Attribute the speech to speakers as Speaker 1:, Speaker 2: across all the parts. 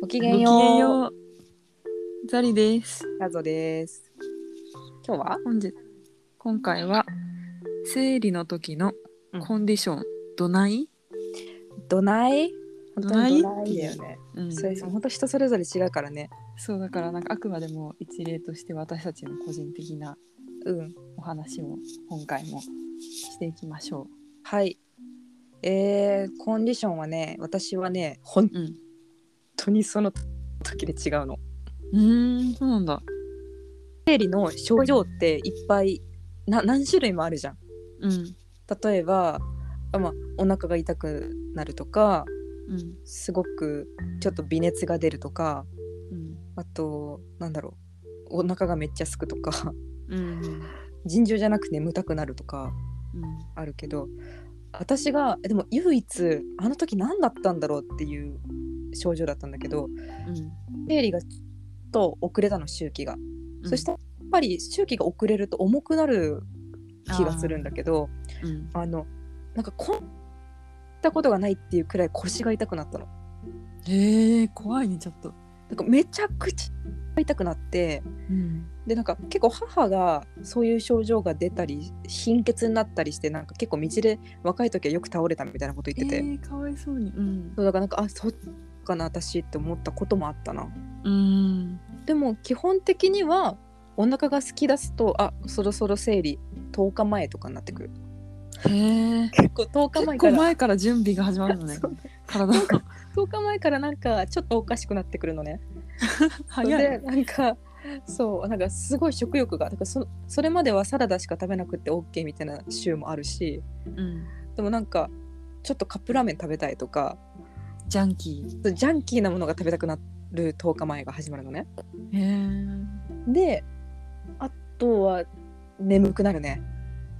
Speaker 1: ごきげ
Speaker 2: ごき
Speaker 1: ん
Speaker 2: げ
Speaker 1: よう。
Speaker 2: んよう。ザリです。
Speaker 1: う。ぞです。今日は
Speaker 2: 本日今回は生理の時の
Speaker 1: うん
Speaker 2: コンディション、どない？
Speaker 1: どない本当に
Speaker 2: ど
Speaker 1: ど
Speaker 2: な
Speaker 1: ないいだよね。
Speaker 2: うん
Speaker 1: それ本当人それぞれ違うからね。
Speaker 2: そうだからなんかあくまでも一例として私たちの個人的な
Speaker 1: うん。
Speaker 2: お話を今回もしていきましょ
Speaker 1: はい。えー、コンディションはね、私はね、本
Speaker 2: う。うん。
Speaker 1: 当にその時で違うの。
Speaker 2: うーん、そうなんだ。
Speaker 1: 生理の症状っていっぱいな何種類もあるじゃん。
Speaker 2: うん。
Speaker 1: 例えば、あまあ、お腹が痛くなるとか、
Speaker 2: うん。
Speaker 1: すごくちょっと微熱が出るとか、
Speaker 2: うん。
Speaker 1: あと、なんだろう、お腹がめっちゃすくとか。
Speaker 2: うん。うん。
Speaker 1: 尋常じゃなく眠たくなるとかあるけど私がえでも唯一あの時何だったんだろうっていう症状だったんだけど
Speaker 2: うん。
Speaker 1: 生理がちょっと遅れたの周期が、
Speaker 2: うん
Speaker 1: そしてやっぱり周期が遅れると重くなる気がするんだけど
Speaker 2: うん。
Speaker 1: あのなんかこんったことがないっていうくらい腰が痛くなったの
Speaker 2: へえ、怖いねちょっと。
Speaker 1: なんかめちゃくちゃ痛くなって
Speaker 2: うん。
Speaker 1: でなんか結構母がそういう症状が出たり貧血になったりしてなんか結構道で若い時はよく倒れたみたいなこと言
Speaker 2: え
Speaker 1: ってて、
Speaker 2: ー、かわいそうに。うん
Speaker 1: そ。うだからなんかあそっかな私って思ったこともあったな
Speaker 2: うん。
Speaker 1: でも基本的にはお腹が空き出すとあそろそろ生理10日前とかになってくる
Speaker 2: へえ。
Speaker 1: 結構10日
Speaker 2: 結
Speaker 1: 前か
Speaker 2: 構
Speaker 1: ら
Speaker 2: 前から準備が始まるのね
Speaker 1: そう
Speaker 2: 体の
Speaker 1: 10日前からなんかちょっとおかしくなってくるのね
Speaker 2: 早い
Speaker 1: でなんかそうなんかすごい食欲がだからそそれまではサラダしか食べなくて OK みたいな週もあるし
Speaker 2: うん
Speaker 1: でもなんかちょっとカップラーメン食べたいとか
Speaker 2: ジャンキ
Speaker 1: ジャンキーなものが食べたくなる10日前が始まるのね
Speaker 2: ーへえ
Speaker 1: であとは眠くなるね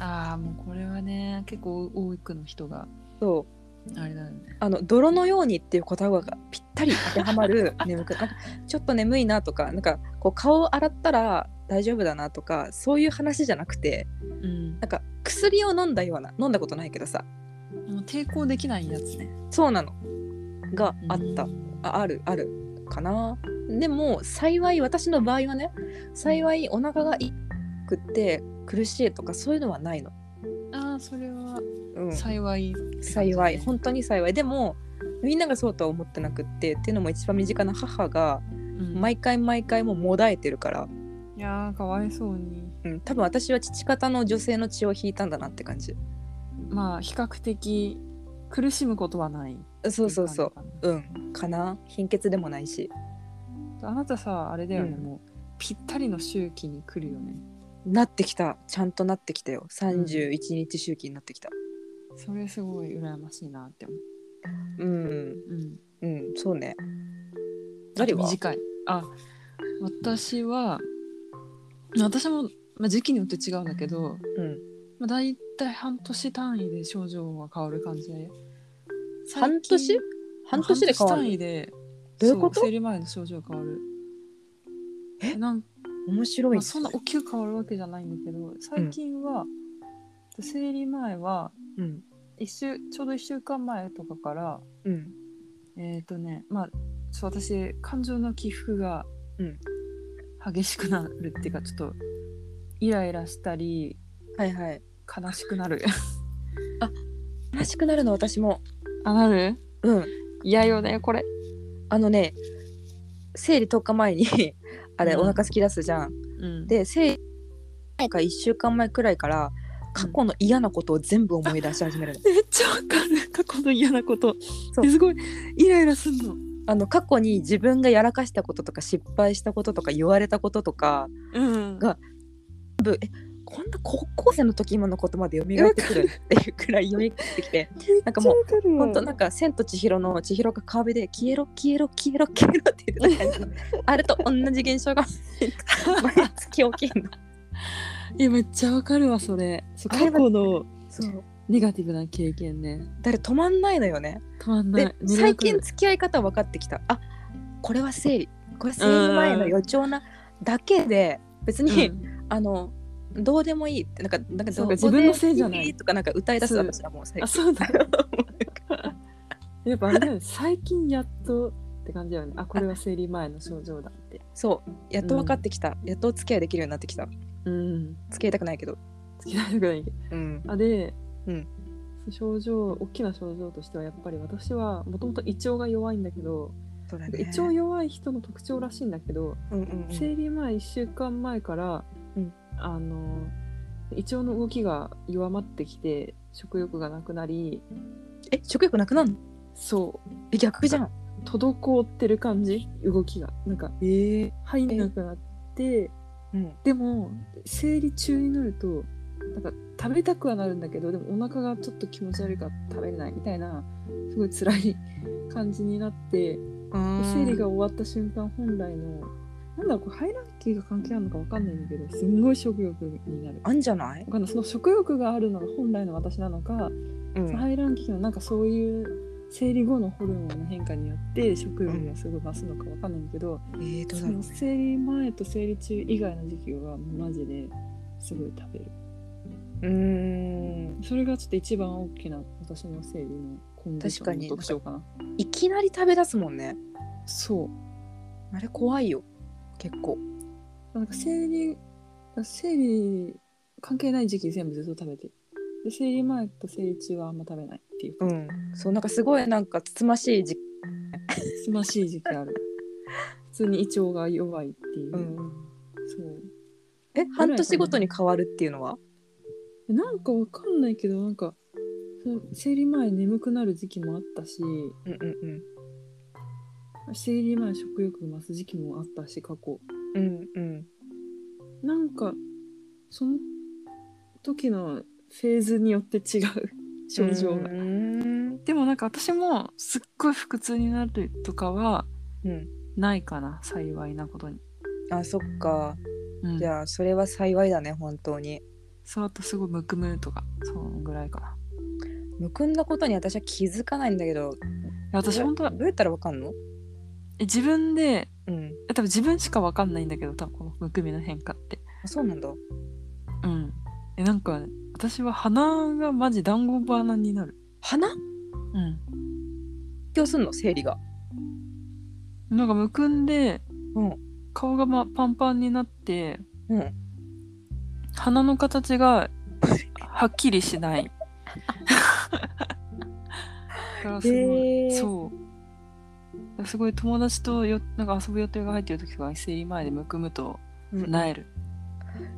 Speaker 2: ああもうこれはね結構多くの人が
Speaker 1: そう
Speaker 2: あれだよね
Speaker 1: あの泥のようにっていう言葉がぴったり当てはま る眠くなんかちょっと眠いなとかなんかこう顔を洗ったら大丈夫だなとかそういう話じゃなくて
Speaker 2: うん
Speaker 1: なんか薬を飲んだような飲んだことないけどさ
Speaker 2: もう抵抗できないやつね
Speaker 1: そうなのがあった、
Speaker 2: うん
Speaker 1: ああるあるかなでも幸い私の場合はね幸いお腹が痛くって苦しいとかそういうのはないの、
Speaker 2: ああそれは
Speaker 1: うん、
Speaker 2: 幸い、
Speaker 1: 幸い本当に幸いでもみんながそうとは思ってなくってっていうのも一番身近な母が
Speaker 2: うん
Speaker 1: 毎回毎回もうもだえてるから、
Speaker 2: いやーかわいそうに
Speaker 1: うん、多分私は父方の女性の血を引いたんだなって感じ
Speaker 2: まあ比較的苦しむことはない
Speaker 1: そうそうそう
Speaker 2: ってい感じか
Speaker 1: うんかな貧血でもないし
Speaker 2: なあなたさあれだよね、
Speaker 1: うん
Speaker 2: もうぴったりの周期に来るよね
Speaker 1: なってきたちゃんとなってきたよ31日周期になってきた
Speaker 2: それすごい羨ましいなって思う
Speaker 1: うん
Speaker 2: うん
Speaker 1: うんそうね誰は
Speaker 2: 短いあ私は私も、まあ、時期によって違うんだけど、
Speaker 1: うん
Speaker 2: まあ、大体半年単位で症状が変わる感じで
Speaker 1: 半
Speaker 2: 最近
Speaker 1: 年半年で変わ
Speaker 2: 半年単
Speaker 1: る
Speaker 2: 位で
Speaker 1: どういうこと
Speaker 2: そ生理前の症状が変わる
Speaker 1: え
Speaker 2: なんか、
Speaker 1: 面白い、
Speaker 2: まあ、そんな大きく変わるわけじゃないんだけど最近は、生理前は
Speaker 1: うん
Speaker 2: 一週ちょうど1週間前とかから
Speaker 1: うん
Speaker 2: えっ、とねまあちょっと私感情の起伏が
Speaker 1: うん
Speaker 2: 激しくなるっていうか、ちょっとイライラしたり
Speaker 1: はいはい
Speaker 2: 悲しくなる
Speaker 1: 悲しくなるの私も
Speaker 2: あなる
Speaker 1: うん
Speaker 2: 嫌よねこれ
Speaker 1: あのね生理10日前に あれ、
Speaker 2: うん
Speaker 1: お腹空き出すじゃん。
Speaker 2: うん
Speaker 1: で生理前か1週間前くらいから過去の嫌なことを全部思い出し始めるの。
Speaker 2: めっちゃわかる過去の嫌なこと
Speaker 1: そう
Speaker 2: ですごいイライラすんの
Speaker 1: あの過去に自分がやらかしたこととか失敗したこととか言われたこととか
Speaker 2: うん
Speaker 1: がこんな高校生の時今のことまで蘇ってくるっていうくらい蘇ってきてなんかもう
Speaker 2: めっちゃわかる
Speaker 1: ほんとなんか「千と千尋」の千尋が川辺で「消えろ消えろ消えろ消えろ」って言ってた感じ のあれと同じ現象が毎月起きるの。
Speaker 2: いやめっちゃわかるわそれそう
Speaker 1: あ
Speaker 2: 過
Speaker 1: れは
Speaker 2: 去の
Speaker 1: そう
Speaker 2: ネガティブな経験ね
Speaker 1: だから止まんないのよね。
Speaker 2: 止まんな
Speaker 1: で
Speaker 2: い寝れな
Speaker 1: 最
Speaker 2: くな
Speaker 1: 近
Speaker 2: る
Speaker 1: 付き合い方分かってきたあこれは生理これ生理前の予兆なだけで別に、
Speaker 2: うん
Speaker 1: あのどうでもいいってなんかなんか
Speaker 2: そ
Speaker 1: ど
Speaker 2: う
Speaker 1: う
Speaker 2: か
Speaker 1: ど
Speaker 2: 自
Speaker 1: う
Speaker 2: 分のせいじゃない
Speaker 1: でもとかなんか歌い出す
Speaker 2: そう
Speaker 1: 私はもう最
Speaker 2: あ
Speaker 1: 近
Speaker 2: そうだやっぱあれだよね最近やっとって感じだよねあこれは生理前の症状だって
Speaker 1: そうやっと分かってきた、やっとお付き合い できるようになってきた
Speaker 2: うん
Speaker 1: 付き合いたくないけど
Speaker 2: 付き合いたくないけど
Speaker 1: うん
Speaker 2: あで、
Speaker 1: うん
Speaker 2: 症状大きな症状としてはやっぱり私はもともと胃腸が弱いんだけど、
Speaker 1: そうだね
Speaker 2: 胃腸弱い人の特徴らしいんだけど、
Speaker 1: うんうんうん
Speaker 2: 生理前1週間前から、
Speaker 1: うん
Speaker 2: あの胃腸の動きが弱まってきて食欲がなくなり
Speaker 1: え食欲なくなんの
Speaker 2: そう
Speaker 1: え逆じゃん
Speaker 2: 滞ってる感じ動きがなんか
Speaker 1: ええ
Speaker 2: 入んなくなって
Speaker 1: うん
Speaker 2: でも生理中になるとなんか食べたくはなるんだけどでもお腹がちょっと気持ち悪いから食べれないみたいなすごい辛い感じになってで生理が終わった瞬間本来のなんだろうこれ排卵期が関係あるのかわかんないんだけどすんごい食欲になる。
Speaker 1: あんじゃない
Speaker 2: わかんないその食欲があるのが本来の私なのか、
Speaker 1: う
Speaker 2: その排卵期のなんかそういう生理後のホルモンの変化によって食欲がすごい増すのかわかんないんだけど、
Speaker 1: ええどう
Speaker 2: そ
Speaker 1: だろう
Speaker 2: の生理前と生理中以外の時期はマジですごい食べる
Speaker 1: うーん
Speaker 2: それがちょっと一番大きな私の生理のコンディションの特徴かない
Speaker 1: きなり食べ出すもんね
Speaker 2: そう
Speaker 1: あれ怖いよ結構
Speaker 2: なんか生理生理関係ない時期全部ずっと食べてるで生理前と生理中はあんま食べないっていう
Speaker 1: うんそうなんかすごいなんかつつましい時
Speaker 2: すましい時期ある普通に胃腸が弱いっていう、
Speaker 1: ん
Speaker 2: そう
Speaker 1: え半年ごとに変わるっていうのは
Speaker 2: えなんかわかんないけどなんかその生理前眠くなる時期もあったし
Speaker 1: うんうん
Speaker 2: 生理前食欲が増す時期もあったし過去
Speaker 1: うんうんうん
Speaker 2: なんかその時のフェーズによって違う症状が
Speaker 1: うーん
Speaker 2: でもなんか私もすっごい腹痛になるとかは
Speaker 1: うん
Speaker 2: ないかな幸いなことに、
Speaker 1: あそっか
Speaker 2: うん
Speaker 1: じゃあそれは幸いだね本当に
Speaker 2: そうあとすごいむくむとかそのぐらいかな
Speaker 1: むくんだことに私は気づかないんだけど
Speaker 2: いや私本当は
Speaker 1: どうやったらわかんの
Speaker 2: え自分で
Speaker 1: うん
Speaker 2: え多分自分しかわかんないんだけど多分このむくみの変化って
Speaker 1: あそうなんだ
Speaker 2: うんえなんか私は鼻がマジ団子鼻になる
Speaker 1: 鼻
Speaker 2: うん
Speaker 1: 今日すんの生理が
Speaker 2: なんかむくんで
Speaker 1: うん
Speaker 2: 顔が、ま、パンパンになって
Speaker 1: うん
Speaker 2: 鼻の形がはっきりしないだからすごい、
Speaker 1: へえ
Speaker 2: そうだからすごい友達とよなんか遊ぶ予定が入ってる時とかに生理前でむくむと
Speaker 1: うん
Speaker 2: なえる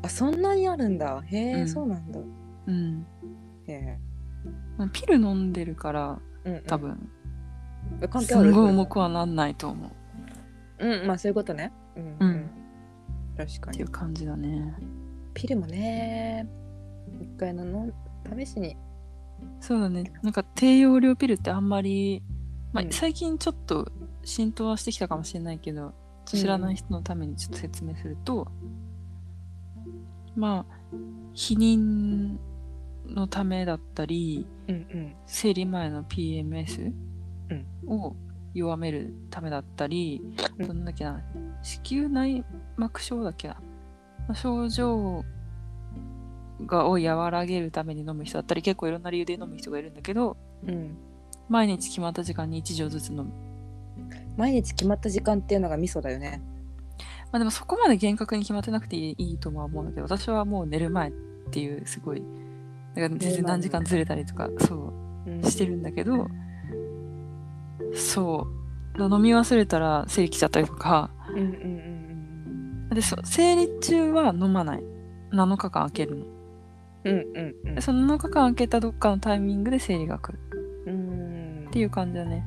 Speaker 1: あそんなにあるんだへえ、
Speaker 2: うん
Speaker 1: そうなんだ
Speaker 2: うん、
Speaker 1: へえ
Speaker 2: ピル飲んでるから
Speaker 1: うんうん
Speaker 2: 多分、
Speaker 1: え関係
Speaker 2: す
Speaker 1: ある
Speaker 2: んごい重くはなんないと思う
Speaker 1: うんまあそういうことねうん、
Speaker 2: うん
Speaker 1: 確か
Speaker 2: っていう
Speaker 1: に
Speaker 2: 感じだね
Speaker 1: ピルもね一回のの試しに
Speaker 2: そうだねなんか低用量ピルってあんまり、まあ
Speaker 1: う、ん
Speaker 2: 最近ちょっと浸透はしてきたかもしれないけど知らない人のためにちょっと説明すると、まあ避妊のためだったり
Speaker 1: うんうん
Speaker 2: 生理前の PMS
Speaker 1: うん
Speaker 2: を弱めるためだったり、
Speaker 1: うん
Speaker 2: どんだっけな子宮内膜症だっけなの症状がを和らげるために飲む人だったり結構いろんな理由で飲む人がいるんだけど
Speaker 1: うん
Speaker 2: 毎日決まった時間に1錠ずつ飲む、ま
Speaker 1: 毎日決まった時間っていうのがミソだよね
Speaker 2: あ、でもそこまで厳格に決まってなくていいいいとは思うんだけど私はもう寝る前っていうすごいだから全然何時間ずれたりとかそう
Speaker 1: うん
Speaker 2: してるんだけど、そう飲み忘れたら生理来ちゃったりとか
Speaker 1: うんうんうん
Speaker 2: でそ生理中は飲まない7日間空けるの
Speaker 1: うんうんうんうん
Speaker 2: でその7日間空けたどっかのタイミングで生理が来る
Speaker 1: うん
Speaker 2: っていう感じだね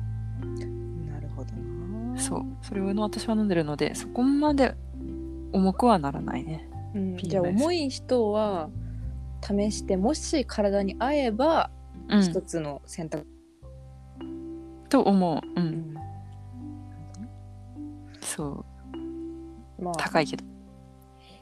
Speaker 1: なるほどな
Speaker 2: そうそれを私は飲んでるのでそこまで重くはならないね
Speaker 1: うん、
Speaker 2: PMS
Speaker 1: じゃあ重い人は試してもし体に合えば
Speaker 2: うん
Speaker 1: 一つの選択、
Speaker 2: と思ううん
Speaker 1: うん
Speaker 2: そう
Speaker 1: まあ
Speaker 2: 高いけど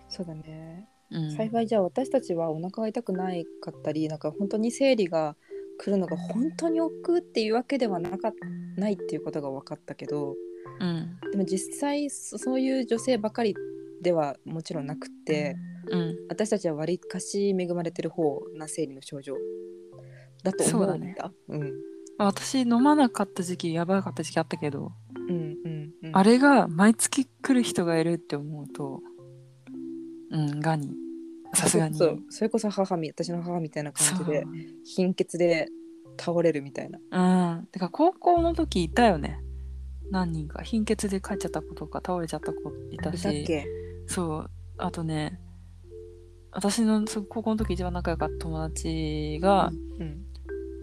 Speaker 1: そうだね
Speaker 2: うん
Speaker 1: 幸いじゃあ私たちはお腹が痛くないかったりなんか本当に生理が来るのが本当に億劫っていうわけではなかないっていうことが分かったけど
Speaker 2: うん
Speaker 1: でも実際そそういう女性ばかりではもちろんなくって
Speaker 2: うん
Speaker 1: 私たちはわりかし恵まれてる方な生理の症状だと思うんだ
Speaker 2: そう
Speaker 1: うん
Speaker 2: 私飲まなかった時期やばかった時期あったけど
Speaker 1: うんうんうん、
Speaker 2: あれが毎月来る人がいるって思うとうんがにさすがに
Speaker 1: そうそれこそ母み私の母みたいな感じで貧血で倒れるみたいな
Speaker 2: うんてか高校の時いたよね何人か貧血で帰っちゃった子とか倒れちゃった子いた
Speaker 1: いたっ
Speaker 2: し
Speaker 1: け
Speaker 2: そうあとね私のそう高校の時一番仲良かった友達が、
Speaker 1: うん、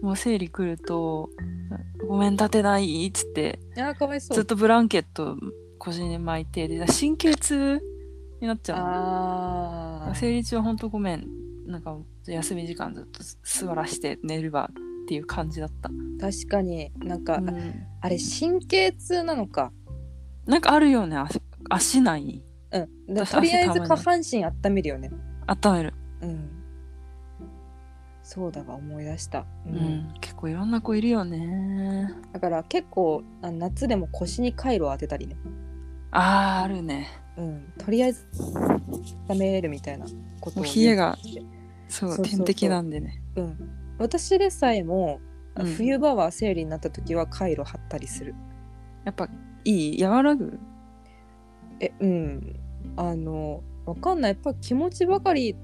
Speaker 2: もう生理来ると「ごめん立てない」っつって
Speaker 1: あーかわいそう
Speaker 2: ずっとブランケット腰に巻いてで神経痛になっちゃうの
Speaker 1: ああ
Speaker 2: 生理中は本当ごめんなんか休み時間ずっと座らして寝るわっていう感じだった、
Speaker 1: 確かになんか、
Speaker 2: うん
Speaker 1: あれ神経痛なのか
Speaker 2: なんかあるよね足足ない
Speaker 1: うんで
Speaker 2: 私
Speaker 1: とりあえず
Speaker 2: 汗たま
Speaker 1: 下
Speaker 2: ら
Speaker 1: 半身温めるよね
Speaker 2: 温める、
Speaker 1: うんそうだわ思い出した、う
Speaker 2: うんん結構いろんな子いるよね
Speaker 1: だから結構あ夏でも腰に回路を当てたりね、
Speaker 2: あーあるね
Speaker 1: うん、とりあえず温めるみたいなことを
Speaker 2: もう冷えが
Speaker 1: 言って
Speaker 2: そう
Speaker 1: そうそうそう
Speaker 2: 天敵なんでね
Speaker 1: うん、私でさえも、
Speaker 2: うん
Speaker 1: 冬場は生理になった時は回路張ったりする
Speaker 2: やっぱいい和らぐ
Speaker 1: えうんあのわかんないやっぱ気持ちばかり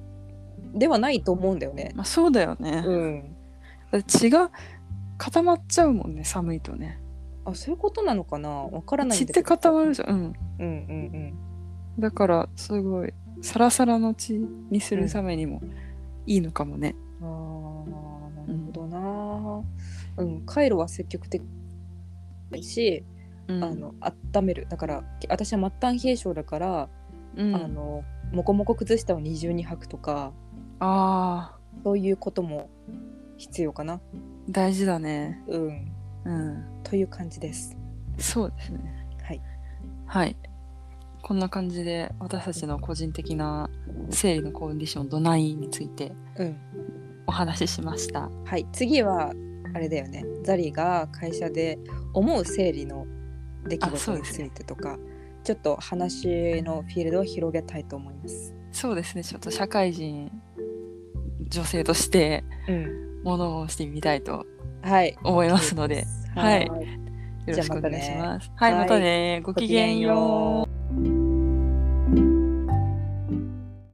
Speaker 1: ではないと思うんだよね
Speaker 2: まあそうだよね、
Speaker 1: うん
Speaker 2: だって血が固まっちゃうもんね寒いとね
Speaker 1: あそういうことなのかなわからないん
Speaker 2: 血
Speaker 1: だ
Speaker 2: っ
Speaker 1: けど
Speaker 2: て固まるじゃん、うん、
Speaker 1: うんうん
Speaker 2: だからすごいサラサラの血にするためにもいいのかもね、
Speaker 1: うんああなるほどなうん回路は積極的だし、
Speaker 2: うん
Speaker 1: あの温めるだからき私は末端冷え症だから、
Speaker 2: うん
Speaker 1: あのもこもこ靴下を二重に履くとか
Speaker 2: あ
Speaker 1: そういうことも必要かな
Speaker 2: ー大事だね
Speaker 1: うん
Speaker 2: うん
Speaker 1: という感じです
Speaker 2: そうですね
Speaker 1: はい
Speaker 2: はいこんな感じで私たちの個人的な生理のコンディションどないについて
Speaker 1: うん
Speaker 2: お話ししました
Speaker 1: はい、次はあれだよねザリが会社で思う生理の出来
Speaker 2: あそ
Speaker 1: 事
Speaker 2: う
Speaker 1: に
Speaker 2: です
Speaker 1: つ
Speaker 2: ね
Speaker 1: いてとか、ちょっと話のフィールドを広げたいと思います。
Speaker 2: そうですねちょっと社会人女性として
Speaker 1: うん、
Speaker 2: ものをしてみたいと
Speaker 1: はい
Speaker 2: 思いますので、
Speaker 1: は
Speaker 2: はいい、よろしくお願いします。はい、
Speaker 1: はい
Speaker 2: またね。ごきげんよう。